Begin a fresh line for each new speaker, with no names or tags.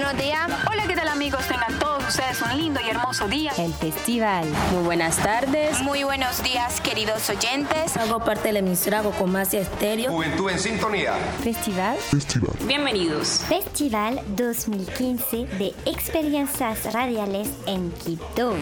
María. Hola, ¿qué tal amigos? Tengan todos ustedes un lindo y hermoso día.
El festival.
Muy buenas tardes.
Muy buenos días, queridos oyentes.
Hago parte de la emisora Cocomacia Estéreo.
Juventud en sintonía.
Festival.
Festival.
Bienvenidos.
Festival 2015 de experiencias radiales en Quito.